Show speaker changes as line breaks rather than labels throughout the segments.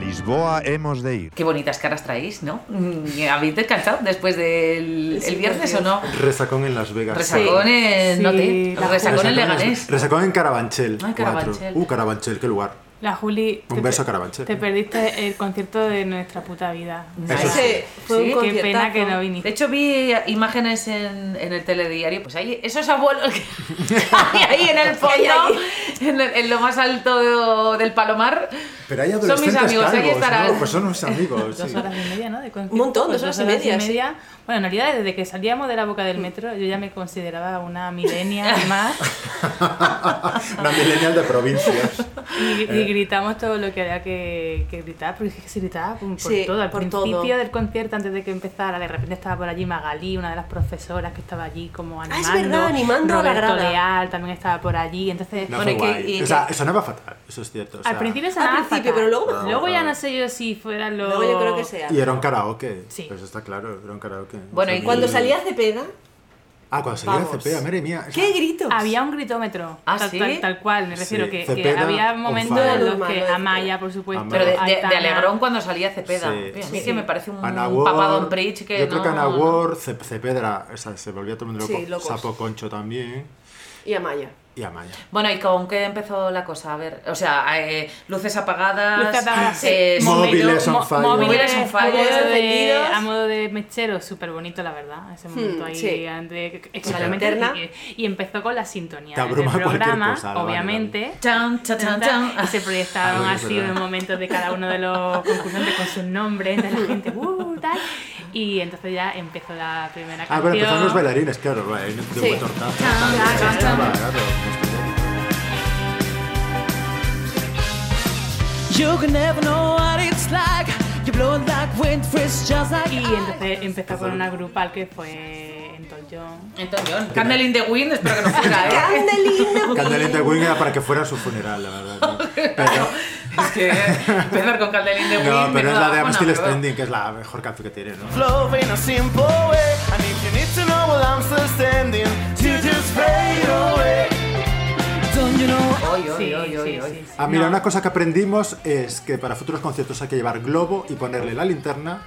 Lisboa hemos de ir.
Qué bonitas caras traéis, ¿no? Mm, ¿Habéis descansado después del
Sí,
el viernes
por
o no?
Resacón en Las Vegas.
Resacón
Sí.
en...
Sí,
no te-
la-
Resacón en
Las-
Leganés.
Resacón en Carabanchel.
Ah, en
cuatro.
Carabanchel.
Uh, Carabanchel, qué lugar.
La Juli.
Un
te
beso a
per-
Carabanchel.
Te perdiste el concierto de nuestra puta vida.
Eso
O sea,
sí.
fue
Sí.
un Qué conciertazo. pena que no
De
viniste.
hecho, vi imágenes en, en el telediario, pues ahí, esos abuelos que hay ahí en el
hay
fondo, en, el- en lo más alto del palomar.
Pero hay
Son mis
adolescentes
amigos, ahí
calvos,
estarán.
¿no? Pues son mis amigos.
Dos
sí.
horas y media, ¿no? De concierto.
Un montón,
Pues
dos horas y media, sí.
Bueno, en realidad, desde que salíamos de la boca del metro, yo ya me consideraba una milenial más.
Una millennial de provincias.
Y,
Eh.
y gritamos todo lo que había que, que gritar, porque es que se gritaba por, por
Sí,
todo. Al
por todo.
principio del concierto, antes de que empezara, de repente estaba por allí Magalí, una de las profesoras que estaba allí como
Ah, es
animando.
verdad, animando a la
Roberto
grada.
Leal también estaba por allí. Entonces,
No
Bueno,
fue
y que-
guay.
y
o sea,
que-
sonaba fatal, eso es cierto. o
al
sea,
principio se
Al principio, pero luego mejor.
Luego ya
Ah.
no sé yo si fuera lo...
Luego yo creo que sea.
Y era un karaoke.
Sí.
Eso está claro, era un karaoke.
Bueno, y
Cuando
y-
salía Cepeda,
Ah, cuando salía
Vamos.
Cepeda, madre mía. o sea,
¡qué gritos!
Había un gritómetro,
Ah,
tal,
¿sí?
tal, tal cual, me refiero
Sí,
que, que
Cepeda,
había
on
momentos
fire.
en
Lo
los
malo de
que
Cepeda.
Amaya, por supuesto,
Pero
Amaya.
de, de- de
Aitana.
Alegrón cuando salía Cepeda.
Sí,
Mira, a mí
sí.
que me parece un
Ana Ward,
papadón preach que
Yo
no...
creo que Ana Ward, Cep- Cepeda, o sea, se volvía todo el mundo loco.
Sí, locos.
Sapo Concho también.
Y Amaya.
Y Amaya.
Bueno, ¿y con qué empezó la cosa? A ver, o sea, eh, luces apagadas,
Luces apagadas,
eh,
sí.
sonido-
Móviles on
Mo-
fire.
Móviles
Móviles
on
on
fire.
de,
Encendidos.
a modo de mechero, súper bonito, la verdad. Ese momento ahí
sí.
de experimentar.
lanterna.
Y, y empezó con la sintonía
Te
del
abruma cualquier
programa,
cosa, vale,
obviamente.
Chan, chan, chan, chan.
Y se proyectaron
Ah, es
así
verdad.
los momentos de cada uno de los concursantes con sus nombres, entonces la gente, uh, tal. Y entonces ya empezó la primera
Ah,
canción.
bueno, empezaron los bailarines, claro, vale, de
Sí.
buen tortazo.
chan,
Ah,
chan.
claro,
You can never know what it's like. You're blowing like wind, freeze just like
Y entonces empezó con una grupal que fue en Tollón.
Entonces, Candle in the Wind, espero que no fuera, ¿eh?
¡Candelina!
Candelita Wing era para que fuera su funeral, la verdad. ¿no? Pero,
es que empezar con Candle in the Wind...
no, pero es la de
menuda-
I'm Still
bueno, pero-
Standing, que es la mejor canción que tiene, ¿no?
flow in a simple way. And if you need to know, well, I'm still standing. You just fade away. Don't you know
Oy, oy, oy, oy, oy.
Ah, mira,
No.
una cosa que aprendimos es que para futuros conciertos hay que llevar globo y ponerle la linterna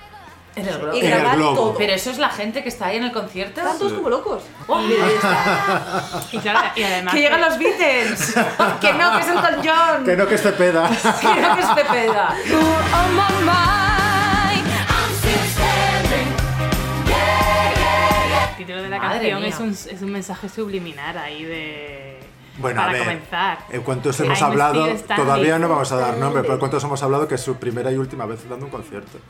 En el globo.
Y
en el
grabar
globo.
todo.
Pero eso es la gente que está ahí en el concierto.
Estaban todos como locos.
Y claro, y además.
Que llegan los Beatles. que no, que es Elton John.
Que no, que este peda.
Que no, que es Cepeda.
El título de la
Madre
canción
mía.
es un, es un mensaje subliminal ahí de.
Bueno,
para
a ver,
comenzar.
en cuanto
I'm
hemos
still
hablado,
standing.
todavía no vamos a dar nombre, pero en cuanto hemos hablado que es su primera y última vez dando un concierto.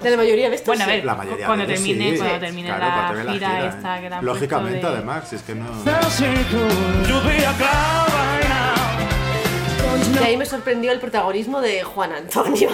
De la mayoría de estos.
Bueno, a
sí.
ver,
La mayoría
cuando,
de ellos,
termine,
sí.
cuando termine
Claro,
la,
cuando termine
gira
¿eh?
esta que la han
Lógicamente,
puesto de-
además, si es que no...
You'll be a clown right now.
Y ahí me sorprendió el protagonismo de Juan Antonio,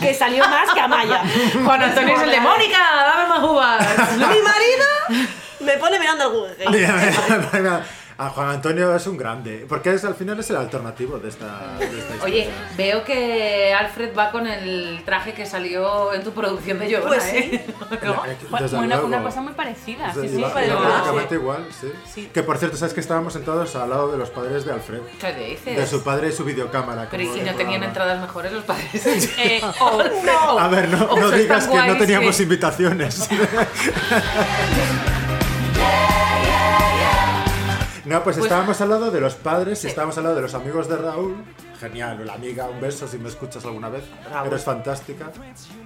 que salió más que Amaya.
Juan Antonio es el de Mónica, dame más uvas.
Mi marido me pone mirando al Google.
Mira, mira, mira, A Juan Antonio es un grande, porque es, al final es el alternativo de esta, de esta historia.
Oye, veo que Alfred va con el traje que salió en tu producción de Llorona,
Pues sí.
¿eh? ¿No?
Eh,
Fue-
desde
fue una,
luego.
una cosa muy parecida. Sí,
Desde-
sí,
iba-
pero-
iba
Ah,
prácticamente igual, sí.
Sí.
Que por cierto, sabes que estábamos sentados al lado de los padres de Alfred,
¿Qué dices?
de su padre y su videocámara.
Pero ¿y
como
si
el
no tenían
programa.
entradas mejores los padres?
Eh, o-
A ver, no,
Oh,
no
eso
digas
está
que
guay,
no teníamos
sí.
invitaciones. No, pues, estábamos al lado de los padres y estábamos al lado de los amigos de Raúl. Genial, la amiga, un beso si me escuchas alguna vez.
Raúl.
Eres fantástica.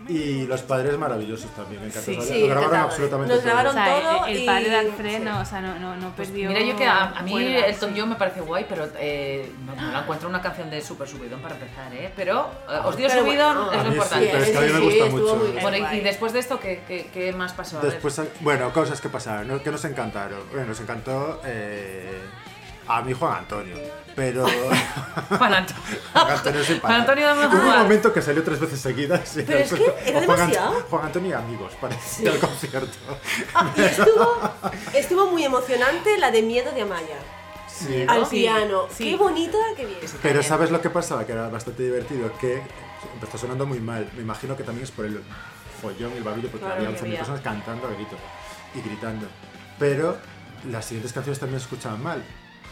Y los padres maravillosos también, encantados.
sí,
Lo grabaron
encantados.
absolutamente
Nos
todo.
o
grabaron-
sea,
todo
el, el
y-
padre de Alfred no,
sí.
o sea, no, no, no perdió.
Pues Mira, yo que a, a mí
fuerza,
Elton
Pues sí.
John me parece guay, pero eh, no, no la encuentro una canción de super subidón para empezar, ¿eh? Pero eh, os dio
Pero
subidón,
bueno,
es
Ah,
lo
A mí sí,
importante.
pero es que a mí me
Sí,
gusta
estuvo
mucho.
muy bien.
Bueno, y- y
Guay.
después de esto, ¿qué, qué, qué más pasó? A ver.
Después, bueno, cosas que pasaron, ¿no? que nos encantaron. Bueno, nos encantó eh, a mi Juan Antonio, pero
Juan Antonio.
Juan Antonio es simpático.
Juan Antonio, dame
Hubo un
jugar.
momento que salió tres veces seguidas. y
Pero es que
resulta-
era
o Juan, Ant-
demasiado.
Juan Antonio y amigos para ir al concierto.
Ah, Y estuvo, estuvo muy emocionante la de miedo de Amaya.
Sí.
Al
Sí,
piano.
sí.
Qué bonita que bien.
Pero ¿sabes lo que pasaba? Que era bastante divertido, que empezó sonando muy mal. Me imagino que también es por el follón y el babillo, porque
Claro,
había
que
11.000
había.
personas cantando a gritos y gritando. Pero las siguientes canciones también se escuchaban mal.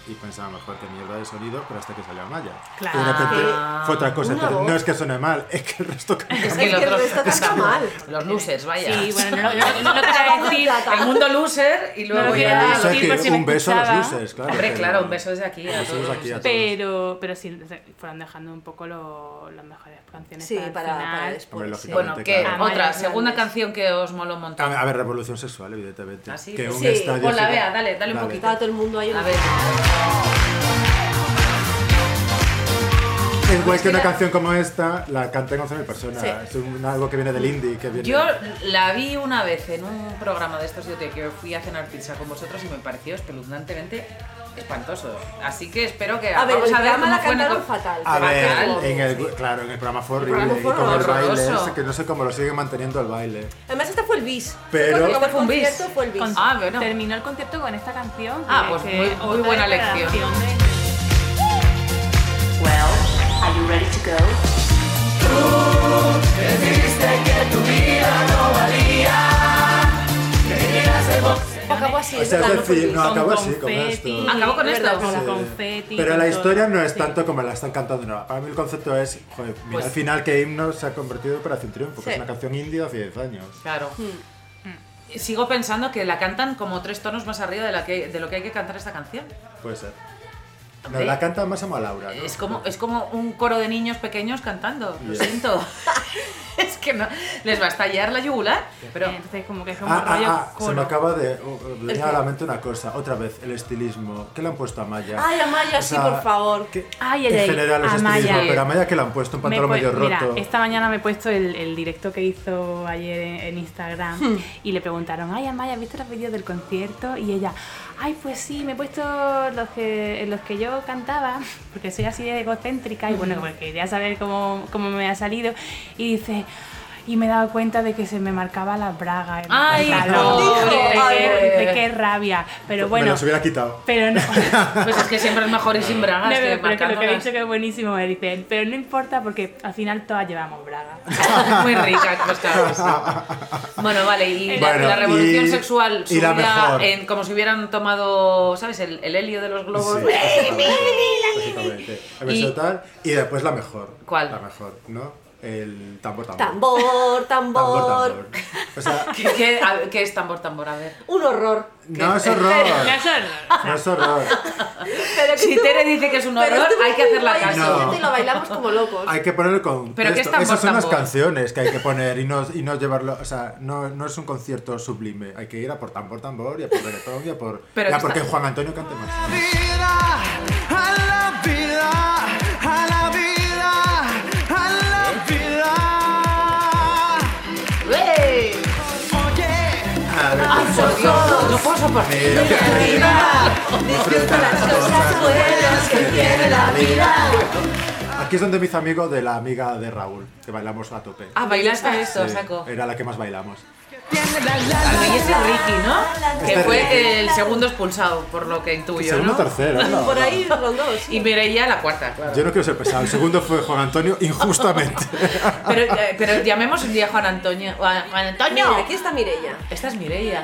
y pensaba mejor que mierda de sonido, pero hasta que salió Amaya.
Claro.
Y de repente
Ah.
fue otra cosa.
Una
entonces,
voz.
no es que suene mal, es que el resto cambia.
Es que el
otro-
resto canta mal.
Los losers, vaya.
Sí, bueno, no, no- no lo quería decir.
El mundo loser y luego
No lo
Y
quiero
ya-
el
decir.
loser que-
por si me
un beso a
escuchaba.
los losers, claro.
Hombre,
pero-
claro, un beso desde aquí a
Un beso
todos
desde aquí a
los-
todos.
Pero, pero sí, o sea, fueron dejando un poco lo- las mejores canciones
Sí,
para, el
para, para
final.
después.
Hombre,
sí.
lógicamente.
Bueno, que
Claro. Ah,
otra,
Amaya
segunda
Fernández.
canción que os mola un
A
montón.
ver, a ver, revolución sexual, evidentemente.
¿Ah, sí?
Que un
Sí,
estadio
ponla,
gigante-
Bea, dale, dale un poquito.
Estaba todo el mundo ahí.
A ver,
Es igual que una canción como esta la cantan 11.000 personas.
Sí.
Es un- algo que viene del indie. Que viene...
yo la vi una vez en un programa de estos yo te que fui a cenar pizza con vosotros y me pareció espeluznantemente espantoso. Así que espero que
A ver,
vamos
el
a ver
programa
cómo
la
fue en el
cantaron
co-
fatal.
A ver,
Fatal.
en el, claro, en el programa fue
Ah, programa
horrible. Y
fue
con el baile
horroroso.
ese, que no sé cómo lo siguen manteniendo el baile.
Además, este fue el bis.
Pero-
Fue
Este
cuando
fue un bis.
concierto, fue el bis.
Con-
Ah, bueno.
Terminó el concierto con esta canción. que-
Ah, pues
que
muy-
otra
muy buena
declaración
lección.
de-
Well, are you ready to go?
Acabó así.
O sea,
es
es
verdad, no fue el
decir,
bis.
no acabó
Con
así como esto.
confeti,
Acabó con
es
esto.
verdad,
Sí.
Con confeti,
Pero
con
la
todo.
historia no es
Sí.
tanto como la están cantando ahora. Para mí el concepto es, joder, mira
Pues-
al final que himno se ha convertido para hacer un triunfo, que
Sí.
es una canción indie de hace 10 años.
Claro.
Mm.
Sigo pensando que la cantan como tres tonos más arriba de, la que, de lo que hay que cantar esta canción.
Puede ser. No,
Hombre.
la canta más a Laura, ¿no?
Es como, es como un coro de niños pequeños cantando, lo
Ya.
siento. es que no, les va a estallar la yugular, pero
Entonces, como que es un
Ah, ah,
rollo
ah, se
coro.
me acaba de oh, oh, venir a la mente una cosa. Otra vez, el estilismo. ¿Qué le han puesto a Maya?
Ay, Amaya, sí, por favor.
Que,
Ay, ay,
que
ay,
genera los
a
estilismos,
Maya.
pero a Maya que le han puesto un
Me he
pantalón medio
pu-
roto.
mira, este, esta mañana me he puesto el, el directo que hizo ayer en, en Instagram
Hmm.
y le preguntaron, ay Amaya, ¿has visto los vídeos del concierto? Y ella, ay pues sí, me he puesto los que, los que yo cantaba, porque soy así de egocéntrica y
Hmm.
bueno, porque quería saber cómo, cómo me ha salido. Y dice... Y me he dado cuenta de que se me marcaba la braga. en el
Ay,
pantalón".
pobre.
de, qué,
Ay. eh".
de qué rabia.
Pues,
Pero
Me
bueno,
los hubiera quitado.
pero no.
pues es que siempre es mejor ir sin bragas
No,
que
pero, pero que lo que ha
Ah, marcándolas.
dicho que es buenísimo, me dicen, pero no importa porque al final todas llevamos braga.
Muy rica, pues claro que sí. Bueno, vale, y la-
Bueno,
la revolución
y-
sexual
y la
subida
mejor.
en como si hubieran tomado, ¿sabes? El, el helio de los globos.
Sí, exactamente, exactamente. A ver,
Y-
eso tal. Y después la mejor.
¿Cuál?
La mejor, ¿no? El tambor, tambor.
Tambor,
Tambor,
tambor.
tambor. O sea,
¿Qué, qué- a- qué es tambor, tambor? A ver.
Un horror.
no es horror.
No, eso no.
No es horror.
Pero que
Si
tú-
Tere dice que es un
pero
horror,
estuvo
hay que
muy
hacerla
guay el
No.
caso.
concierto y lo bailamos como locos.
Hay que ponerlo con.
Pero ¿qué es tambor,
Esas son las
tambor?
canciones que hay que poner y no, y no llevarlo. O sea, no, no es un concierto sublime. Hay que ir a por tambor, tambor y a por reggaetón y a por.
Pero
ya
que
porque
está-
Juan Antonio cante más.
vida, a la vida, a la vida, a la vida.
A ver, por
Oye,
favor.
Ah, Dios, no puedo soportar.
Mira que arriba, disfruta las cosas buenas que tiene la vida. Aquí es donde me hice amigo de la amiga de Raúl, que bailamos a tope.
Ah, bailaste esto,
Sí,
saco.
Era la que más bailamos.
Y ese Ricky, ¿no? Que
Este
fue el segundo expulsado, por lo que intuyo,
Segundo
¿no?
tercero, ¿no?
Por ahí los dos. sí.
Y Mireia la cuarta, claro.
Yo no quiero ser pesado. El segundo fue Juan Antonio, injustamente.
Pero, eh, pero llamemos un día a Juan Antonio. Juan Juan Antonio.
Mira, aquí está Mirella.
Esta es Mireia.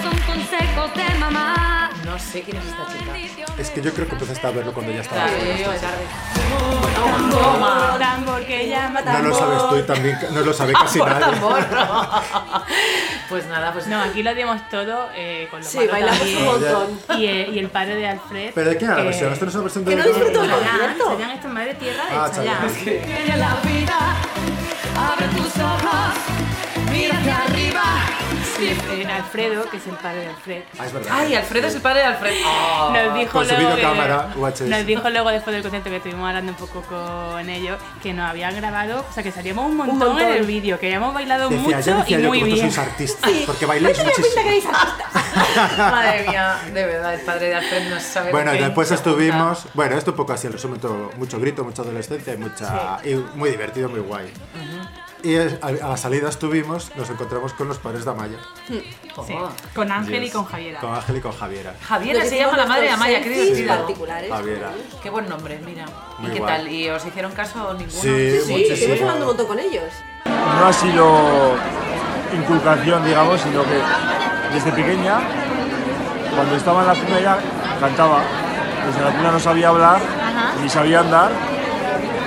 son consejos de mamá.
No sé quién es esta chica.
Es que yo creo que empezaste a verlo cuando ya estaba.
Claro, yo
buena.
llego tarde. Toma, toma.
Tambor que llama
No
tambor.
lo sabes tú y también no lo sabe casi
Por
nadie.
favor. Pues nada, pues
No, aquí lo dimos todo eh, con lo
Sí,
malo
bailamos un
también.
montón.
Y, eh, y el padre de Alfred. eh,
¿Pero de quién era la
que-
Eh,
versión? ¿Esto no es una versión de.?
que no disfruto
Ah,
el
Chayanne,
concierto.
Chayanne, esto es madre tierra de
Ah,
Chayanne.
Chayanne.
Tiene la vida, abre tus ojos, mírate arriba.
Y, eh, Alfredo, que es el padre de Alfred.
Ah, es verdad.
Ay, Alfredo es el padre de Alfredo. Oh.
Nos dijo,
Ah, Con su
luego que-
videocámara, VHS.
nos dijo luego después del concierto que estuvimos hablando un poco con ellos que nos habían grabado, o sea que salíamos un montón,
montón.
en el vídeo, que habíamos bailado
Decía,
mucho
ya decía
y
yo
muy
que
bien.
vosotros sois artistas, porque bailáis muchísimo.
Madre mía, de verdad, el padre de Alfredo no sabe. lo
Bueno,
que
y después
hincha punta.
estuvimos. Bueno, esto un poco así, el resumen, todo, mucho grito, mucha adolescencia y, mucha, y muy divertido, muy guay. Y es- a, a la salida estuvimos, nos encontramos con los padres de Amaya.
Sí,
Oh.
Con Ángel y
Yes.
con Javiera.
Con Ángel y con Javiera.
Javiera
Nos
se llama
hicimos
la madre de
nuestros
Amaya, qué
selfies
divertido.
particulares.
Javiera.
Qué buen nombre, mira. ¿Y
Muy
qué
guay.
tal? ¿Y os hicieron caso o ninguno?
Sí,
Sí,
muchísimo.
estuvimos hablando un montón con ellos.
no ha sido inculcación, digamos, sino que desde pequeña, cuando estaba en la primaria, cantaba. pues en la cuna no sabía hablar
Ajá.
ni sabía andar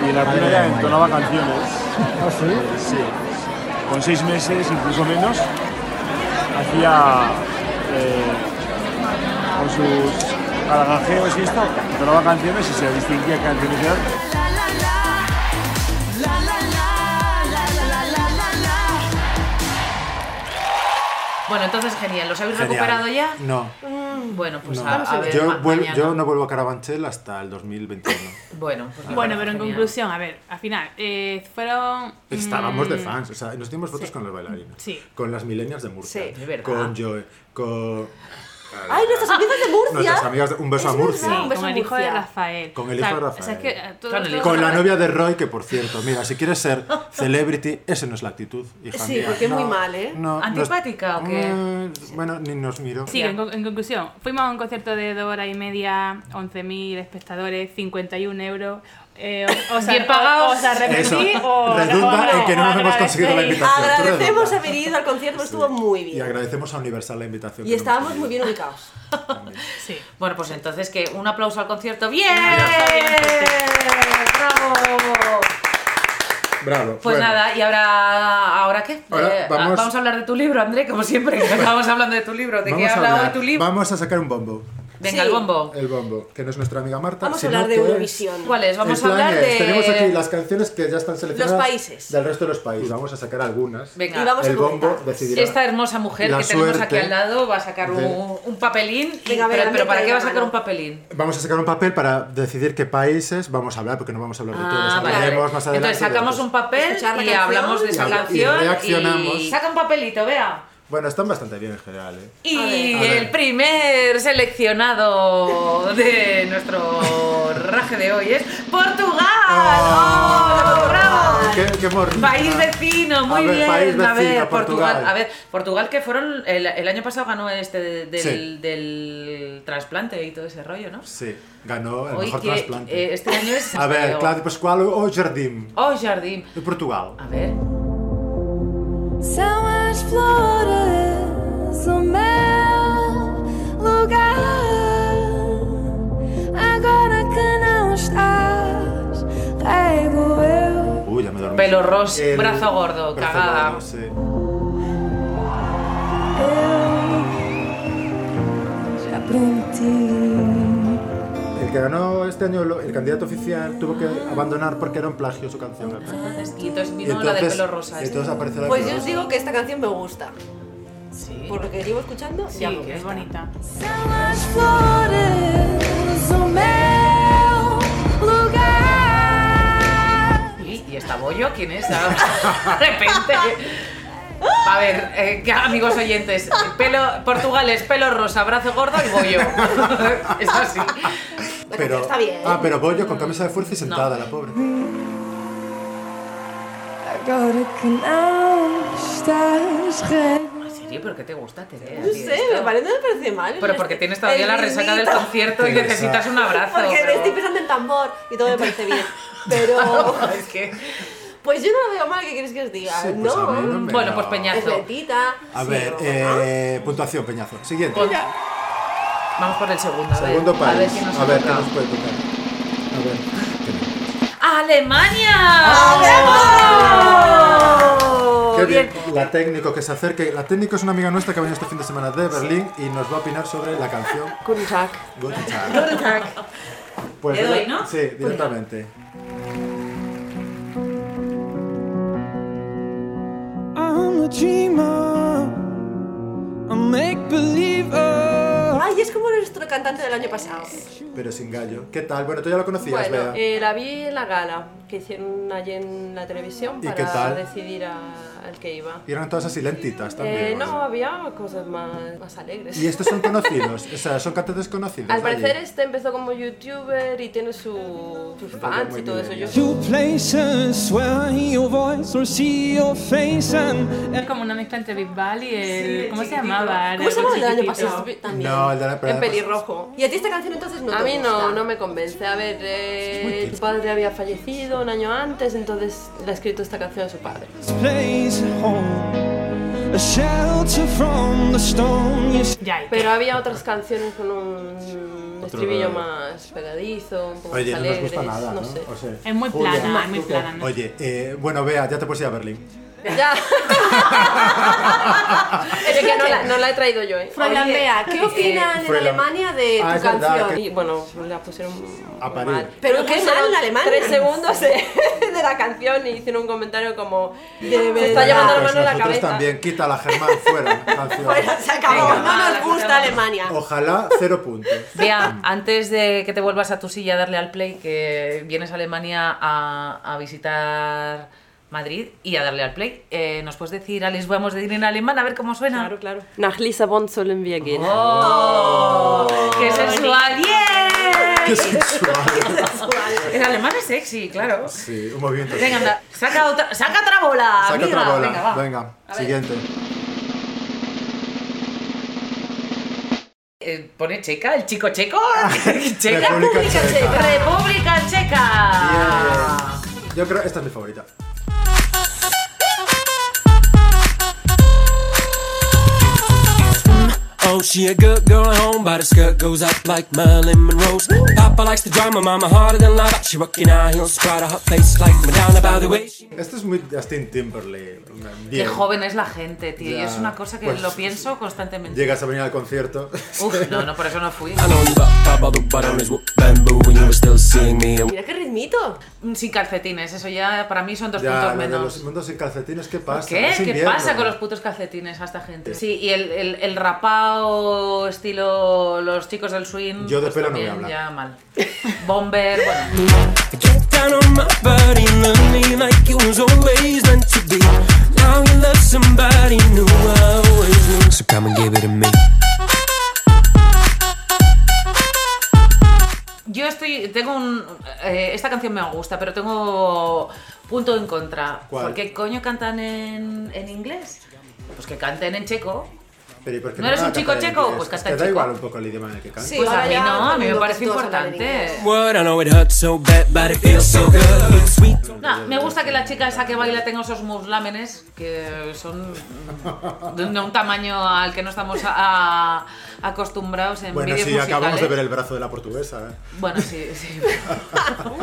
y en la cuna ya entonaba canciones.
¿Ah, sí?
Sí. Con seis meses, incluso menos, hacía eh, con sus gargajeos y esto, entonaba canciones y se distinguía qué canciones eran.
Bueno, entonces genial. ¿Los habéis
Genial.
recuperado ya?
No.
Bueno, pues
no.
a, a ver.
yo,
ma-
vuel-
mañana.
yo no vuelvo a Carabanchel hasta el 2021.
Bueno, pues me
Bueno,
parece
pero en
genial.
conclusión, a ver, al final, eh, fueron.
Estábamos de fans, o sea, nos dimos fotos con los bailarines,
Sí.
con las millennials de Murcia,
Sí.
De verdad.
con Joe, con
¡Ay, nuestras amigas de Murcia!
nuestras amigas, de- un beso
Es
a Murcia.
verdad, un beso
Con
a
Ah. el hijo
Murcia.
de Rafael.
Con el hijo de
O sea,
Rafael.
o sea, es que, eh, todo-
Con el
todo-
hijo
Con la novia de Roy, que por cierto, mira, si quieres ser celebrity, esa no es la actitud, hija
Sí,
mía.
porque es
No,
muy mal, ¿eh?
no, no es-
¿Antipática o qué?
Mm, bueno, ni nos miró.
Sí, en, con- en conclusión, fuimos a un concierto de dos horas y media, 11.000 espectadores, 51 euros. Eh, os,
Bien pagados.
Os arrepentí
Eso,
o
redunda en que no nos hemos conseguido la
agradecéis.
invitación.
Agradecemos
Redonda.
haber ido al concierto, estuvo muy
Y
bien.
agradecemos a Universal la invitación.
Y
que nos
estábamos
hizo.
muy bien ubicados.
Sí.
Bueno, pues entonces que un aplauso al concierto. ¡Bien! ¡Bravo!
Bravo.
Pues
bueno.
nada, ¿y ahora, ahora qué?
Ahora
Eh,
vamos-
a hablar de tu libro, André, como siempre. que Estábamos hablando de tu libro. ¿De qué
Vamos a,
hablado
hablar-
tu libro?
vamos a sacar un bombo.
Venga,
Sí.
el bombo.
El bombo, que no es nuestra amiga Marta.
Vamos a
sino
hablar de
que es-
Eurovisión.
¿Cuál es?
el
Vamos a
plan
hablar
es,
de...
Tenemos aquí las canciones que ya están seleccionadas.
países.
Del resto de los países. Vamos a sacar algunas.
Venga.
Y vamos
el
a
bombo
comentar.
decidirá.
Esta hermosa mujer
La
que tenemos aquí
suerte
al lado va a sacar
de-
un, un papelín. y-
Venga, a
pero,
ver,
pero
André,
¿para
trae
qué va a
la
sacar
mano.
un papelín?
Vamos a sacar un papel para decidir qué países vamos a hablar, porque no vamos a hablar de todos.
Ah, vale.
Hablaremos más adelante. pues,
Entonces
de
sacamos
otros.
un papel
Escuchar la
y
canción
hablamos de
y-
esa
y
canción.
reaccionamos.
y- Saca un papelito, vea.
Bueno, están bastante bien en general, ¿eh?
Y
A ver.
el primer seleccionado de nuestro raje de hoy es Portugal. ¡Oh, ¡Bravo!
¡Qué, qué morrita!
País vecino, muy
A ver,
bien.
país
a
vecino,
ver, Portugal.
Portugal.
A ver, Portugal que fueron. El, el año pasado ganó este de- del,
Sí.
del trasplante y todo ese rollo, ¿no?
Sí, ganó el
Hoy
mejor
que,
trasplante.
eh, este año es.
a ver,
o-
Cláudio Pascual ou Jardim,
Oh, Jardim.
de Portugal.
A ver.
São as flores, o meu lugar. Agora que não estás, rego eu.
Uy, ya me dormí.
Pelo ros-
El-
brazo gordo,
brazo
cagada.
gordo, sí.
Eu já prometi.
El que ganó este año, lo- el candidato oficial, tuvo que
Ah.
abandonar porque era un plagio su canción. me parece.
Y entonces vino la del pelo rosa. este.
y entonces aparece la de
Pues
pelo
yo os
rosa.
digo que esta canción me gusta.
Sí.
Por lo que llevo escuchando,
Sí,
ya me
que es
gusta.
bonita.
São as flores, o meu lugar.
¿Y, y esta Bollo? ¿Quién es? Ah, De repente. A ver, eh, que- amigos oyentes, pelo, Portugal es pelo rosa, brazo gordo y Bollo. es así.
La canción está bien. Mm,
Ah, pero Bollo con camisa de fuerza y sentada, la pobre.
Agora que não estás rei.
¿En serio? ¿Pero qué te gusta, Tere?
No sé, me parece, me parece mal.
Pero porque tienes todavía
El
la resaca del
ritmito.
concierto y
Teresa.
necesitas un abrazo.
Porque
pero-
estoy pensando en tambor y todo me parece bien. Pero.
Es que-
Pues yo no lo veo mal, ¿qué quieres que os diga?
Sí, pues
no.
a mí no me-
Bueno, pues
no.
Peña.
Es lentita.
A
sí,
ver,
pero bueno.
eh, puntuación, Peñazo. Siguiente.
Vamos por el segundo. a ver. A
Segundo
ver
país.
qué nos
A ver, ¿qué
toca.
nos puede tocar? A ver.
¡Alemania!
Oh,
¡Bravo!
Qué bien. La técnico que se acerque. La técnico es una amiga nuestra que ha venido este fin de semana de Berlín y nos va a opinar sobre la canción
Guten Tag.
Guten Tag. Pues,
Le doy,
¿verdad?
¿no?
Sí, directamente.
I'm a dreamer, a make believer.
Ay, es como nuestro cantante del año pasado.
Pero sin gallo. ¿Qué tal? Bueno, tú ya lo conocías,
Bueno,
Bea.
eh, la vi en la gala que hicieron allí en la televisión
¿Y
para
qué tal?
decidir a- al que iba.
Y eran todas así lentitas también.
Eh, no,
¿vale?
había cosas más, más alegres.
Y estos son conocidos, o sea, son cantantes conocidos.
Al
allí.
parecer este empezó como youtuber y tiene su, sus fans
muy
y todo eso. Yo,
Two places where I hear your voice or see your face and
Es como una mezcla entre Big Ball y el. ¿Cómo se llamaba? Era
¿Cómo se
algo
llama el del año
chiquitito.
pasado? También.
No, el de la
en pelirrojo. ¿Y a ti esta canción entonces no
A
te
mí no,
gusta?
no me convence. A ver,
muy
eh,
triste.
tu padre había fallecido un año antes, entonces le ha escrito esta canción a su padre.
this place at home. a shelter from the storm. You see,
Ya,
Pero había otras canciones con un
Otro
estribillo
rollo.
más pegadizo, un poco
Oye,
más
no nos
alegres,
gusta nada, ¿no?
sé.
O sea,
es muy
Julia.
plana, es muy plana. ¿no?
Oye, eh, bueno, Bea, ya te puedes ir a Berlín.
Ya. es que no la, no la he traído yo, ¿eh?
Froilán Bea,
¿qué opinan
en Froilán. Alemania de Ah, tu es verdad, canción? que-
Y bueno, la pusieron muy
A parir.
mal. Pero qué mal en Alemania. Tres segundos de, de la canción y hicieron un comentario como se está llevando la
Pues
mano a la
nosotros
cabeza.
también, quita la Germán fuera. canción.
Bueno, se acabó.
Venga,
no
la
nos gusta
canción.
Alemania.
Ojalá cero puntos.
Bea, antes de que te vuelvas a tu silla, darle al play, que vienes a Alemania a, a visitar Madrid y a darle al play. Eh, ¿Nos puedes decir a Lisboa hemos de ir en alemán a ver cómo suena?
Claro, claro. Nach Lissabon sollen wir gehen.
¡Oh! ¡Qué sensual! ¡Bien!
Qué sensual.
En alemán es sexy, claro.
Sí, un movimiento.
Venga, anda, saca otra, saca otra bola,
Saca
amiga.
otra bola.
Venga, va.
Venga, siguiente.
Eh, pone checa, el chico checo. checa.
República
República
Checa.
República Checa.
Ah.
Bien. Yo creo esta es mi favorita.
Oh, she a good girl at home, but her skirt goes up like Marilyn Monroe's. Papa likes the drama, mama harder than lava. She rocking high heels, proud of her face like Madonna. By the way, she
Esto es muy Justin Timberlake.
Qué
Bien.
joven es la gente, tío. Y
Ya,
es una cosa que
pues,
lo pienso constantemente.
Llegas a venir al concierto.
Uf, no, no, por eso no fui.
I know you got Papa the bottom is with bamboo when you were still seeing me.
Mira qué ritmito.
Sin calcetines, eso ya para mí son dos
Ya,
puntos
lo de
menos.
los mundos sin calcetines, ¿qué pasa?
¿Qué?
Es
¿Qué
invierno.
pasa con los putos calcetines a esta gente? Sí, y el, el, el rapao estilo los chicos del swing.
Yo de
pues
pelo no voy a
también
hablar.
Ya mal. Bomber, bueno.
Get down on my body, love me like it was always meant to be. Now you love somebody new, I always knew. So come and give it to me.
Yo estoy, tengo un, eh, esta canción me gusta, pero tengo punto en contra.
¿Cuál?
¿Por qué coño cantan en, en inglés? Pues que canten en checo.
Pero, ¿y por qué
¿No eres
van a
un chico
cantar en
checo?
inglés?
Pues
Es
canta
que
en
da
checo.
igual un poco el idioma en el que canta.
Sí,
Pues a
ahora
mí
ya
no,
todo
a
el
mí me
mundo
parece
que todos hablan en inglés.
importante.
What I know it hurts so bad, but it feels so good. It's sweet.
pues
No, me gusta que la chica esa que baila tenga esos muslámenes que son de un tamaño al que no estamos a- a- acostumbrados en
Bueno,
vídeos
sí, acabamos de
musicales.
ver el brazo de la portuguesa. ¿eh?
Bueno, sí, sí.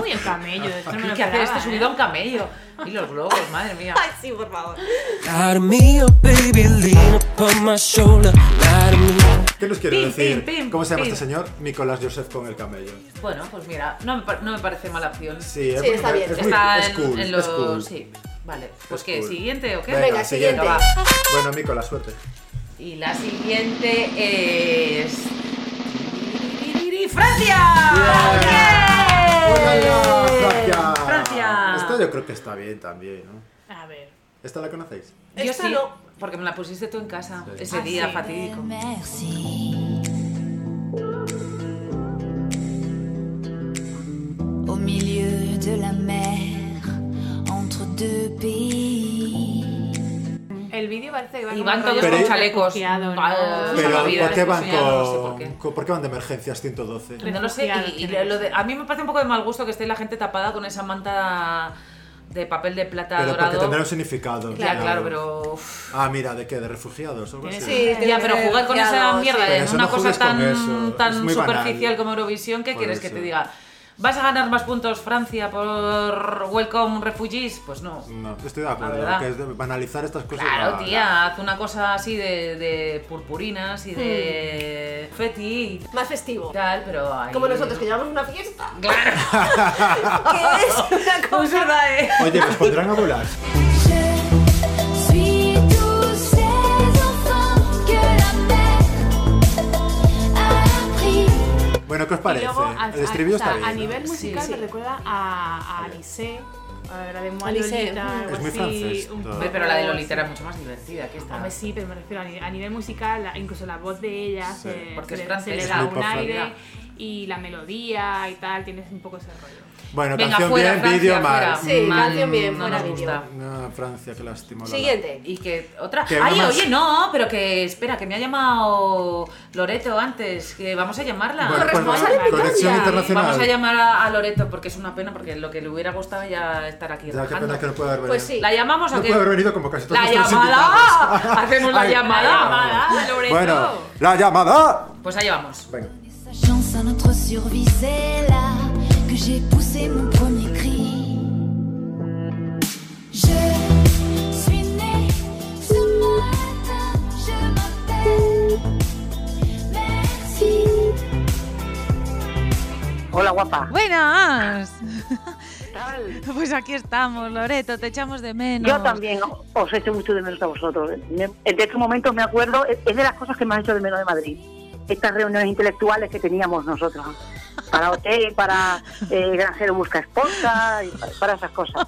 Uy, el camello, esto no me
Hay
lo
que hacer este
esperaba, ¿eh?
subido a un camello. Y los globos, madre mía.
Ay, sí, por favor.
Lie to me, oh baby, lean upon my shoulder. Lie to me.
¿Qué nos quiere
Pim,
decir?
pim, pim,
¿Cómo se llama
pim.
este señor? Nicolás Joseph con el camello.
Bueno, pues mira, no me, pa- no me parece mala opción.
Sí, es
Sí, está
muy-
bien.
Es muy-
Está
es
en,
cool,
en
es
los.
cool.
Sí, vale. Pues
Es
que,
cool.
¿siguiente o qué?
Venga, siguiente.
va.
Bueno, Nicolás, suerte.
Y la siguiente es. ¡Francia!
¡Hola,
¡Bien!
Francia!
Francia.
Esta yo creo que está bien también, ¿no?
A ver.
¿Esta la conocéis?
Yo
Esta
sí,
no.
porque me la pusiste tú en casa
Sí.
ese día fatídico.
Merci. Au milieu de la mer, entre deux pays.
El vídeo parece que va
Y van todos
Pero-
con chalecos.
Refugiado, ¿no?
Ah,
Pero,
Pero,
salvavidas,
¿por qué van
refugiados, No
con,
sé por
con- ¿por qué van de emergencias 112?
qué. No lo sé.
Refugiados
Y, y
tienen
lo de-
que ser.
a mí me parece un poco de mal gusto que esté la gente tapada con esa manta de papel de plata
Pero porque
dorado.
tendrá un significado.
Ya, claro, pero. uf.
Ah, mira, ¿de qué? ¿De refugiados? o algo así?
Sí,
Ya, pero jugar con esa mierda
Pero
en
eso
una
no
cosa
juegues con
tan,
eso, es
tan
muy banal.
superficial como Eurovisión, ¿qué
Por
quieres que
eso.
te diga? ¿Vas a ganar más puntos Francia por Welcome Refugees? Pues no.
No, estoy de acuerdo.
verdad.
Que es de banalizar estas cosas.
Claro,
la-
tía, haz una cosa así de, de purpurinas y de feti y
Más festivo.
tal, pero ahí...
Hmm. Como nosotros que llevamos una fiesta.
Claro.
¿Qué es una cosa?
Oye, ¿nos pondrán a volar?
Je suis tous ces enfants que la mer a appris.
Bueno, ¿qué os
Y
parece?
luego, a,
El estribillo
o sea,
está bien.
a
¿no?
nivel musical
Sí, sí.
me recuerda a, a Alice, a la de Moi
Alice.
Lolita, algo
Es muy
así,
francés,
un
todo.
Hombre, pero la de Lolita era mucho más divertida que esta.
Hombre, sí, pero me refiero a ni- a nivel, musical, la- incluso la voz de ella
Sí.
se,
Porque
se
es
le- se le
francesa.
da
Es muy
un aire
profunda.
y la melodía y tal, tienes un poco ese rollo.
Bueno,
Venga,
canción
fuera,
bien,
Francia,
vídeo
fuera.
mal. Mm,
Sí,
Mal,
canción bien,
no
fuera
nos
vídeo.
gusta.
No, Francia, qué lástima. Lola.
Siguiente.
Y que otra.
Que
Ay,
una más.
oye, no, pero que espera, que me ha llamado Loreto antes, que vamos a llamarla.
Bueno, pues,
Corresponsal en
conexión
Italia.
internacional.
Vamos a llamar a, a Loreto porque es una pena, porque lo que le hubiera gustado ya estar aquí
Ya, qué
rajando.
pena que no pueda haber venido.
Pues sí.
¿La llamamos
No
o qué?
puede haber venido como casi todos
¡La
nuestros
llamada!
invitados.
Hacemos la
Ay.
llamada. Ah,
Bueno, la llamada.
Pues ahí vamos.
Venga.
Sa chance à notre survie, c'est là que j'ai poussé mon premier cri. Je suis née ce matin, je m'appelle Merci.
Buenas. Pues aquí estamos, Loreto, te echamos de menos.
Yo también os echo mucho de menos a vosotros. ¿eh? Me- De estos momentos me acuerdo, es es de las cosas que más hecho de menos de Madrid. Estas reuniones intelectuales que teníamos nosotros. Para OT, para eh, Granjero Busca Esposa, y para, para esas cosas.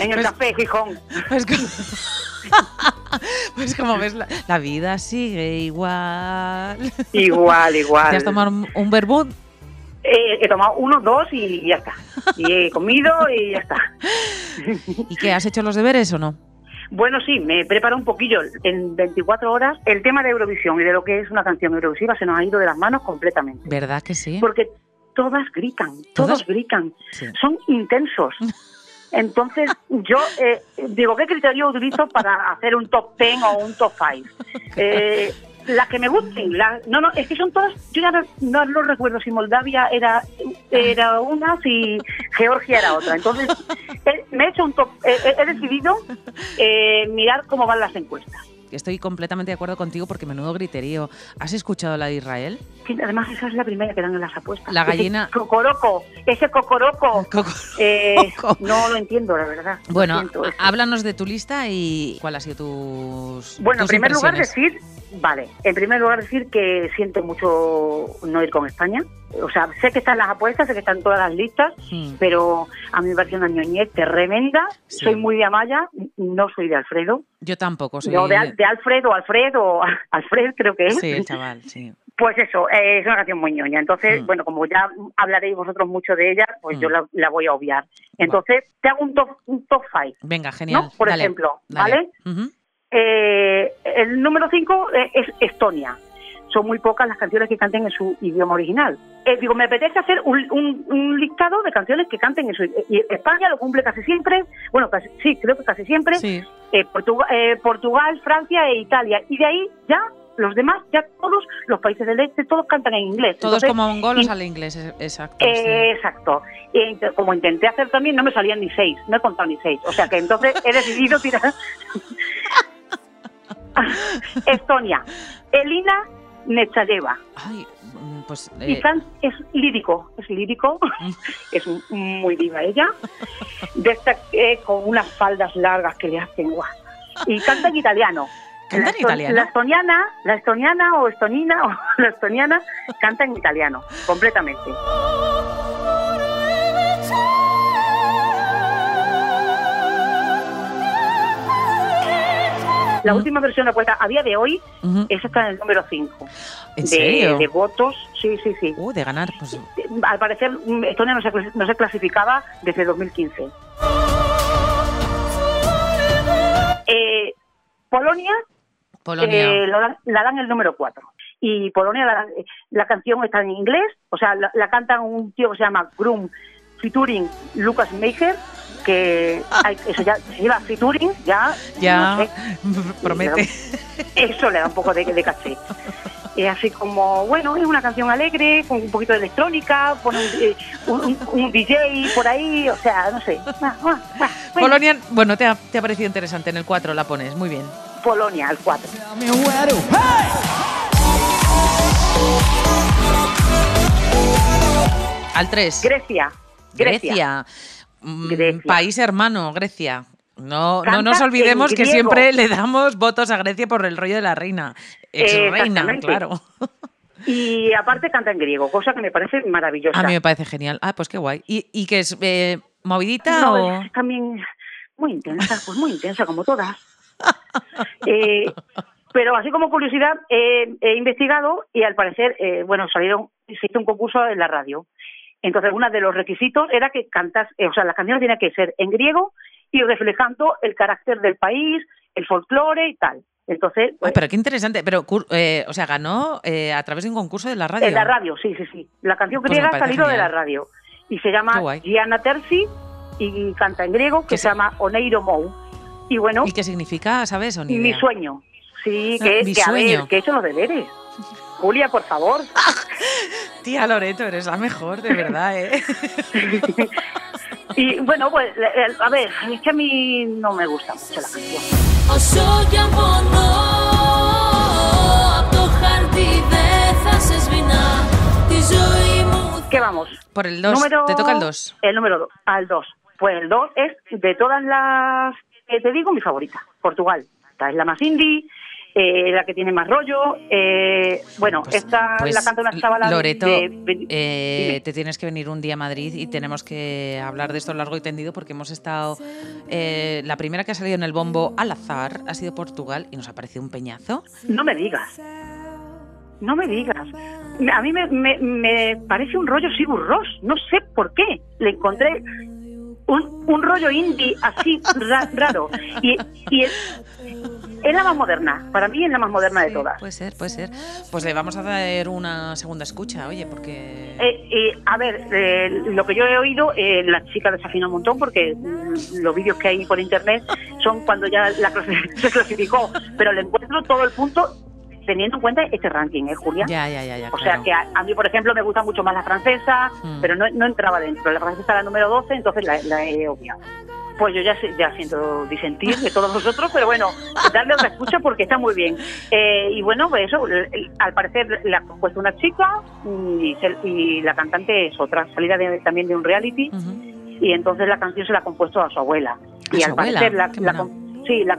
en el café, Gijón.
Pues, co- pues como ves, la, la vida sigue igual.
Igual,
¿Te
igual.
has tomado un, un verbón?
Eh, he tomado uno, dos y ya está. Y he comido y ya está.
¿Y qué? ¿Has hecho los deberes o no?
Bueno, sí, me preparo un poquillo. En 24 horas, el tema de Eurovisión y de lo que es una canción eurovisiva se nos ha ido de las manos completamente.
¿Verdad que sí?
Porque todas gritan, todos
¿Todas?
gritan.
Sí.
Son intensos. Entonces, yo eh, digo, ¿qué criterio utilizo para hacer un top 10 o un top 5? Eh, las que me gusten. la- no, no, es que son todas. Yo ya no, no lo recuerdo si Moldavia era, era una, si Georgia era otra. Entonces, eh, me he hecho un top. eh, eh, he decidido eh, mirar cómo van las encuestas.
Estoy completamente de acuerdo contigo porque menudo griterío. ¿Has escuchado la de Israel?
Sí, además, esa es la primera que dan en las apuestas.
La gallina-
Ese cocoroco, ese cocoroco.
Coco.
Eh, no lo entiendo, la verdad. Lo
Bueno,
siento,
a-
eso.
háblanos de tu lista y cuál ha sido tus.
Bueno, en
tus
primer lugar
impresiones.
decir, vale, en primer lugar decir que siento mucho no ir con España. O sea, sé que están las apuestas, sé que están todas las listas,
Mm.
pero a mí me parece una ñoñez tremenda.
Sí.
Soy muy de Amaya, no soy de Alfredo.
Yo tampoco soy.
No, de, Al- de Alfredo, Alfredo, Alfred creo que es.
Sí, el chaval, sí.
Pues eso, eh, es una canción muy ñoña. Entonces,
Mm.
bueno, como ya hablaréis vosotros mucho de ella, pues
Mm.
yo la, la voy a obviar. Entonces, te hago un top, un top five.
Venga, genial.
No, por
Dale,
ejemplo,
dale.
¿vale?
Ujú.
Eh, el número 5 es Estonia. Son muy pocas las canciones que canten en su idioma original. Eh, digo, me apetece hacer un, un- un listado de canciones que canten en su eh, y España lo cumple casi siempre, bueno, casi- sí, creo que casi siempre,
Sí.
Eh, Portuga- eh, Portugal, Francia e Italia. Y de ahí ya los demás, ya todos los países del este, todos cantan en inglés.
Todos
Entonces,
como mongolos
y-
al inglés, e- exacto. sí.
eh, Exacto. Y int- como intenté hacer también, no me salían ni seis, no he contado ni seis. O sea que entonces he decidido tirar. Estonia. Elina Nechayeva.
Ay, mm, pues. eh,
Quizás es lírico, es lírico, es m- muy viva ella, de esta, eh, con unas faldas largas que le hacen guau. Y canta en italiano.
¿Canta en
La esto-
italiano?
La estoniana, la estoniana o estonina o la estoniana canta en italiano, completamente.
Mm.
La última versión de puesta a día de hoy,
ujú.
esa está en el número 5.
¿En
de,
serio?
de votos, sí, sí, sí.
Uh, de ganar, pues.
Al parecer, mm, Estonia no se, clas- no se clasificaba desde 2015. Eh, Polonia,
Polonia.
eh, lo dan- la dan el número 4. Y Polonia, la, la canción está en inglés, o sea, la, la canta un tío que se llama Grum, featuring Lucas Meijer, que ay, eso ya se lleva featuring, ya.
ya
no sé.
promete.
Eso le da un poco de, de caché. Es así como, bueno, es una canción alegre, con un poquito de electrónica, pone un, eh, un- un- un DJ por ahí, o sea, no sé. Ah, ah, ah, bueno.
Polonia, bueno, te ha, te ha parecido interesante. En el 4 la pones, muy bien.
Polonia, al 4.
Al 3.
Grecia. Grecia.
Mm,
Grecia.
País hermano, Grecia. No, no
Canta
nos olvidemos
en
que
griego.
siempre le damos votos a Grecia por el rollo de la reina. Ex reina,
Exactamente.
claro.
Y aparte canta en griego, cosa que me parece maravillosa.
A mí me parece genial. Ah, pues qué guay. ¿Y, y qué es? eh, ¿Movidita
No,
o.?
es también muy intensa, pues muy intensa, como todas. Eh, pero así como curiosidad, eh, he investigado y al parecer, eh, bueno, salieron, se hizo un concurso en la radio. Entonces, uno de los requisitos era que cantas, eh, o sea, las canciones tenían que ser en griego y reflejando el carácter del país, el folclore y tal. Entonces, pues,
Ay, pero qué interesante. Pero, cur- eh, o sea, ganó eh, a través de un concurso de la radio.
en la radio, sí, sí, sí. La canción
Pues
griega
me
ha
parece
salido de la
genial.
radio y se
Qué
llama
guay.
Gianna Terzi y canta en griego que se llama Oneiro Mou. Y bueno,
¿Y qué significa, sabes, o ni
mi
idea?
sueño. Sí,
Ah,
que es
mi
que a ver,
sueño.
que he hecho los deberes. Julia, por favor.
Tía Loreto, eres la mejor, de verdad, ¿eh?
Y bueno, pues, eh, eh, a ver, es que a mí no me gusta mucho la canción.
Όσο κι αν πονώ Απ' το χαρτί δεν θα σε σβηνά Τη ζωή μου
¿Qué vamos?
Por el 2. Te toca el 2.
El número 2, al 2. Pues el 2 es de todas las que te digo mi favorita, Portugal. Esta es la más indie, eh, la que tiene más rollo. eh, bueno, esta
Pues,
la canta una chavala de-
Loreto,
de-
eh,
dime.
te tienes que venir un día a Madrid y tenemos que hablar de esto largo y tendido porque hemos estado. eh, la primera que ha salido en el bombo al azar ha sido Portugal y nos ha parecido un peñazo.
No me digas. No me digas. Me- A mí me, me- me parece un rollo Sigur Ross. No sé por qué. Le encontré un, un rollo indie así ra- raro. Y, y es, es la más moderna. Para mí es la más moderna de todas.
Puede ser, puede ser. Pues le vamos a dar una segunda escucha, oye, porque.
Eh, eh, a ver, eh, lo que yo he oído, eh, la chica desafinó un montón porque mm, los vídeos que hay por internet son cuando ya la clasi- se clasificó, pero le encuentro todo el punto teniendo en cuenta este ranking, ¿eh, Julia?
Ya, ya, ya, ya.
O sea
claro.
que a, a mí, por ejemplo, me gusta mucho más la francesa,
Mm.
pero no, no entraba dentro. La francesa era la número 12, entonces la, la he obviado. Pues yo ya, sé- ya siento disentir de todos vosotros, pero bueno, darle otra escucha porque está muy bien. Eh, y bueno, pues eso, l- l- al parecer la ha compuesto una chica y, se- y la cantante es otra, salida de- también de un reality,
Mm.
y entonces la canción se la ha compuesto a su abuela.
¿A
y
su
al
abuela?
parecer la,
Qué
la
bueno.
com- sí, la,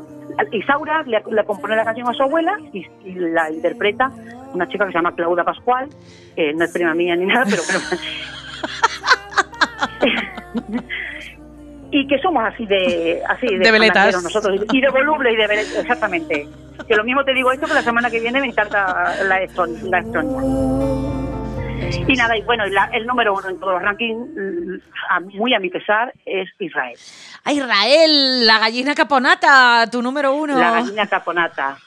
Isaura le, le compone la canción a su abuela y, y la interpreta una chica que se llama Claudia Pascual, que no es prima mía ni nada, pero bueno. y que somos así de así de,
De veletas.
parlanderos nosotros y de volubles y de veletas, exactamente. Que lo mismo te digo esto que la semana que viene me encanta la eston- la Estonia. Y nada, y bueno, y la- el número uno en todos los rankings, mm, a- muy a mi pesar, es Israel.
¡A Ah, Israel! ¡La gallina caponata! ¡Tu número uno!
La gallina caponata.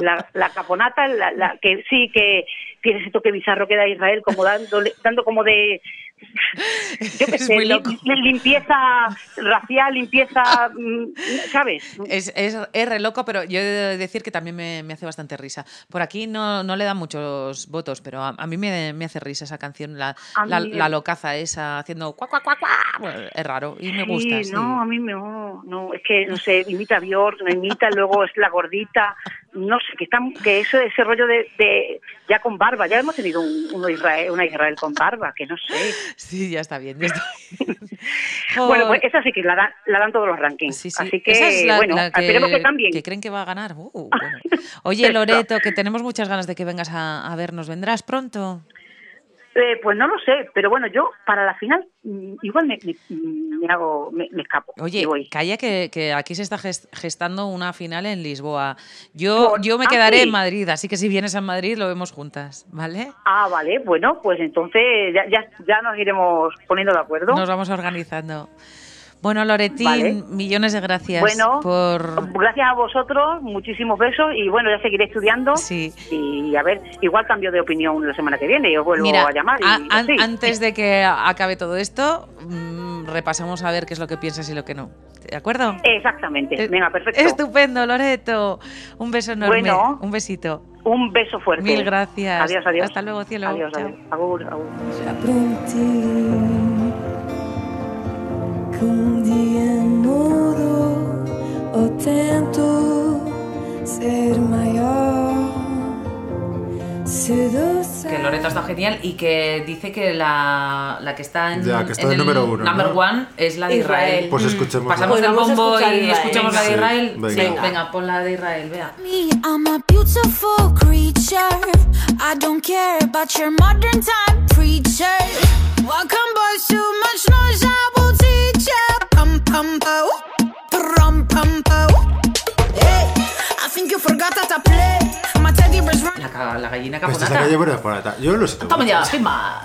La, la caponata, la, la- que sí, que tiene ese toque bizarro que da Israel, como dándole, dando como de. Yo qué
Es
sé,
muy
li-
loco.
li- limpieza racial, limpieza. mm, ¿Sabes?
Es, es, es re loco, pero yo he de decir que también me, me hace bastante risa. Por aquí no, no le dan muchos votos, pero a, a mí me, me hace risa esa canción, la,
A
la,
mí-
la locaza esa, haciendo cuac, cuac, cuac, cuac. Bueno, Es raro y me gusta.
Sí,
sí.
no, a mí me- no, no, es que no sé, imita a Bjork, no imita, luego es la gordita, no sé, que están, que eso, ese rollo de, de- ya con barba, ya hemos tenido un, uno Israel, una Israel con barba, que no sé.
Sí, ya está bien. ya está bien.
Bueno, pues
Joder.
esa sí que la, dan- la dan todos los rankings,
Sí, sí.
así que
Esa es la-
bueno,
la
esperemos que cambien.
que creen que va a ganar. Uh, bueno. Oye, Loreto, que tenemos muchas ganas de que vengas a, a vernos. ¿Vendrás pronto?
Eh, pues no lo sé, pero bueno, yo para la final mm, igual me, me- me hago, me, me escapo. y
Oye,
voy.
calla que, que aquí se está ges- gestando una final en Lisboa. Yo,
Por-
yo me
ah,
quedaré
sí.
en Madrid, así que si vienes a Madrid lo vemos juntas, ¿vale?
Ah, vale, bueno, pues entonces ya, ya, ya nos iremos poniendo de acuerdo.
Nos vamos organizando. Bueno, Loretín,
Vale.
millones de gracias
Bueno,
por...
gracias a vosotros, muchísimos besos y bueno, ya seguiré estudiando.
Sí.
Y a ver, igual cambio de opinión la semana que viene y os vuelvo
Mira,
a llamar. Y,
a- an-
sí.
antes de que acabe todo esto, mm, repasamos a ver qué es lo que piensas y lo que no. ¿De acuerdo?
Exactamente,
Eh,
venga, perfecto.
Estupendo, Loreto. Un beso enorme.
Bueno.
un besito.
Un beso fuerte.
Mil gracias.
Adiós, adiós.
Hasta luego, cielo.
Adiós,
Chao.
adiós. Agur, agur.
que un día mudo o tento ser mayor seduce
Que Loreto ha estado genial y que dice que la, la que está en,
Ya, que está
en
de número uno,
number
¿no?
one es la de Israel.
Israel.
Pues escuchemos.
Mm. Pasamos
Pues
del
vamos a
bombo
escuchar
y
Israel.
escuchamos la de
Sí,
Israel.
venga.
venga. pon la de Israel, vea.
me i'm a beautiful creature i don't care about your modern time preacher welcome boys too much noise i will teach ya pum pum pow pum pum pow hey i think you forgot that i play my teddy bear's running
La, ca- la gallina
Pues Esta es la
caponata.
calle por la parata. Yo lo siento.
Toma ya, pima.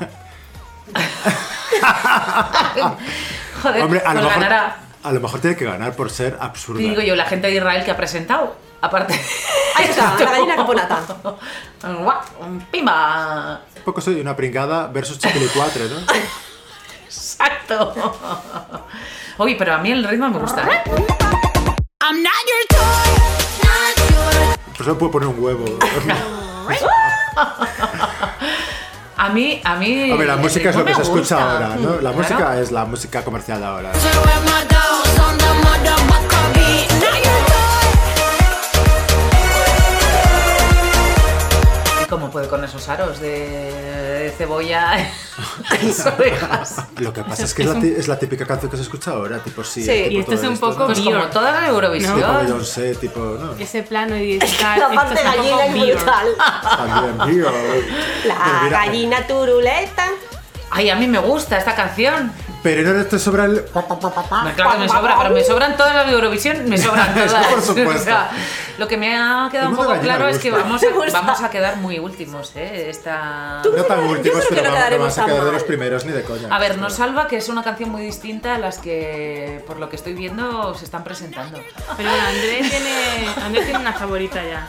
Joder,
Hombre, a lo,
pues
mejor,
ganará.
a lo mejor tiene que ganar por ser absurda.
Y digo yo, la gente de Israel que ha presentado. Aparte.
Ahí está, la gallina caponata.
Guau, ¡Pima!
Poco soy una pringada versus chiquilicuatre, ¿no?
Exacto. Uy, pero a mí el ritmo me gusta. ¿eh?
I'm not your toy, not
Por eso Pues puedo poner un huevo.
A mí, a mí.
A ver, la
el
música es lo que
ritmo
se
me
escucha
gusta.
ahora, ¿no? La
Claro.
música es la música comercial de ahora.
your with my dolls on the motherfucker beat. Not your toy.
¿Y cómo puede con esos aros de cebolla Pues en las orejas?
Ah, Lo que pasa es que es la, ti- es la típica canción que se escucha ahora, tipo sí.
Sí,
tipo
y esto
todo
es un
esto,
poco
¿no?
Pues como Björk. toda la Eurovisión.
Tipo Beyoncé, tipo, ¿no?
Ese plano y
Es que la parte gallina es brutal.
También Björk. Pero
La
mira,
gallina turuleta.
Ay, a mí me gusta esta canción.
Pero no eres te sobra el...
Ah,
No, claro que me sobra, pero me sobran todas las de Eurovisión, me sobran
Eso,
todas.
por supuesto.
O sea, lo que me ha quedado
El
un
mundo
poco
gallina
claro
me
es que
gusta.
vamos
Me gusta.
a, vamos a quedar muy últimos, ¿eh? Esta...
Tú-
No tan
Yo
últimos,
creo que
pero
no
vamos, no
quedaremos
vas a
tan
quedar de los
mal.
primeros ni de coña.
A ver, nos salva que es una canción muy distinta a las que, por lo que estoy viendo, se están presentando.
Pero bueno, Andrés tiene, Andrés tiene una favorita ya.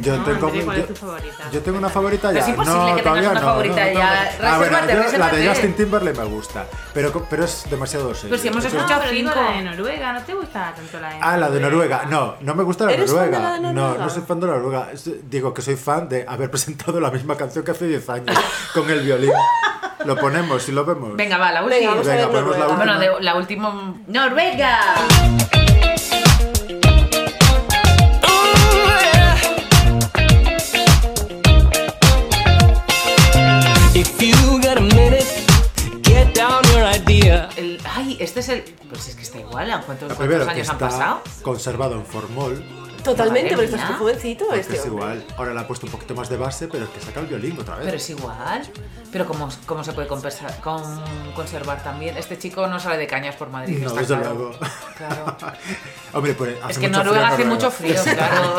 Yo
Ah,
No,
tengo,
André, ¿cuál
yo,
es tu favorita?
yo tengo una favorita
Pero
ya.
es imposible
no,
que tengas
todavía
una
no,
favorita
no, no,
ya.
tengo- A ver,
Resérvate,
yo- la
resérvate.
de Justin Timberlake me gusta, pero, co- pero es demasiado serio.
Pero si hemos
Es
No,
como-
escuchado
pero digo
cinco.
la de Noruega, ¿no te gusta tanto la de
Ah, la de Noruega. No, no me gusta la
¿Eres fan de
Noruega.
la de
No,
Noruega?
no soy fan de la Noruega. Es- Digo que soy fan de haber presentado la misma canción que hace 10 años con el violín. Lo ponemos y lo vemos.
Venga, va, la
Venga,
última.
vamos a
Venga,
ver
ponemos la
Noruega.
última.
Bueno, de- la última. ¡Noruega!
If you got a minute, get down your idea.
El- ay, este es el. Pues es que está igual, ¿a cuántos,
La
cuántos
primera que
años han
está
pasado?
conservado en formol,
Totalmente,
Madre
pero estás
mía.
jovencito
porque
este.
es
hombre.
igual. Ahora la ha puesto un poquito más de base, pero es que saca el violín otra vez.
Pero es igual. Pero ¿cómo, cómo se puede compensar- con- conservar también? Este chico no sale de cañas por Madrid.
No,
está
desde
claro.
luego.
Claro.
Hombre, pues
Es
hace
que
mucho
Noruega hace
frío en
mucho frío, claro.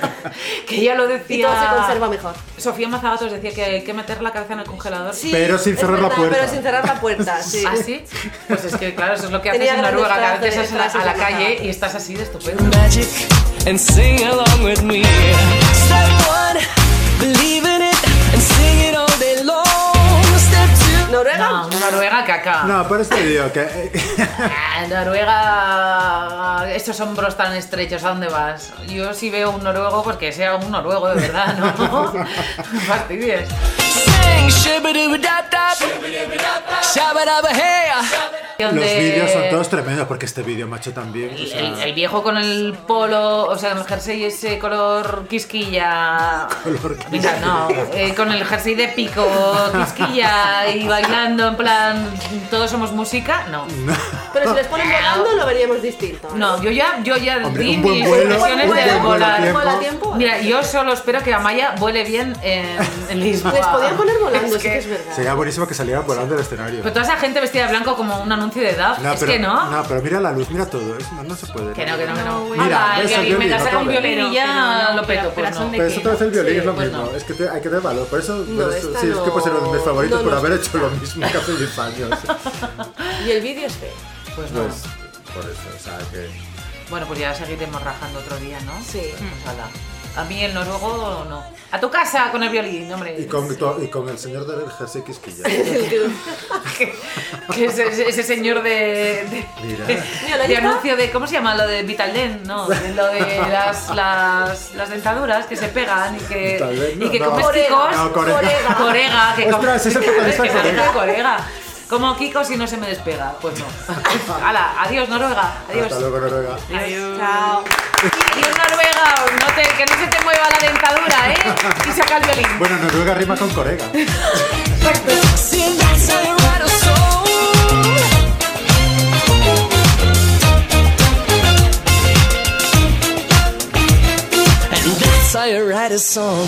que ya lo decía.
Y todo se conserva mejor.
Sofía Mazagatos decía que hay que meter la cabeza en el congelador.
Sí,
Pero sin
es
cerrar la
verdad,
puerta.
Pero sin cerrar la puerta, sí.
¿Ah, sí? Pues es que, claro, eso es lo que haces
Tenía
en
grandes
Noruega, que a
frases-
veces es a la, a la
frases
calle
amadas.
y estás así de estupendo.
Magic and sing along with me. Step one, believe in it and sing it all day long. Step two,
Noruega.
No, Noruega caca.
No, pero este digo que.
Ah, Noruega, estos hombros tan estrechos, ¿a dónde vas? Yo sí veo un noruego porque sea un noruego de verdad, ¿no? Me fastidies.
sing shibba-dooba-dop-dop. Shabba-dabba-hey.
Los
Donde
vídeos son todos tremendos porque este vídeo, macho, también. o
El,
sea,
el- el viejo con el polo, o sea, con el jersey ese color quisquilla.
Color
Venga,
quisquilla.
no, eh, con el jersey de pico, quisquilla y bailando en plan, todos somos música, no.
Pero si les ponen volando lo veríamos distinto.
No, yo ya, yo ya
Hombre,
di
un buen
mis
vuelo,
impresiones
un buen
de
vuelo a
volar.
tiempo.
Vuela a tiempo.
Mira, yo solo espero que Amaya vuele bien en, en Lisboa.
Les podían poner volando, sí que
que-
es verdad.
Sería buenísimo que saliera volando del escenario.
Pero toda esa gente vestida de blanco como un anuncio de DAF, es
pero,
que no.
pero mira la luz, mira todo. es- no, no se puede.
Que no, que no, que no.
No,
Mira,
Anda,
ves
que
el violín,
mientras saca un
otra vez.
violín y
Pero,
ya
pero no,
lo peto,
pero
pues
son
no.
de-
Pero eso otra vez el violín
Sí,
es lo
pues
mismo.
no.
Es que te- hay que tener valor. Por eso, por eso-
esta
sí, es que puede ser uno de mis
no-
favoritos
no
por
nos
haber
gusta.
hecho lo mismo que hace 10 años.
Y el vídeo es feo.
Pues no.
Pues, por eso, o sea, que.
Bueno, pues ya seguiremos rajando otro día, ¿no?
Sí.
Pues ala. A mí el noruego no. A tu casa con el violín, hombre.
Y con, to- y con el señor del jersey quisquilla.
Mm. que, que ese, ese- ese señor de, de-
Mira.
de-
Mira, la
de
lista.
anuncio de cómo se llama lo de Vitaldent no de lo de las, las, las dentaduras que se pegan y que
Vitaldent,
Eh, y que
no, no.
comes
Corega.
quicos
No, corega.
corega, corega, que
Ostras,
com-
es el protagonista de
que parece
Corega.
corega. como quicos y no se me despega pues no Hala, adiós Noruega adiós
Hasta luego, Noruega.
Adiós.
Chao.
Adiós, Noruega, no te- que no se te mueva la dentadura, ¿eh? Y saca el violín.
Bueno, Noruega rima con Corega.
Sing that Colorado soul. And that's how you write a song.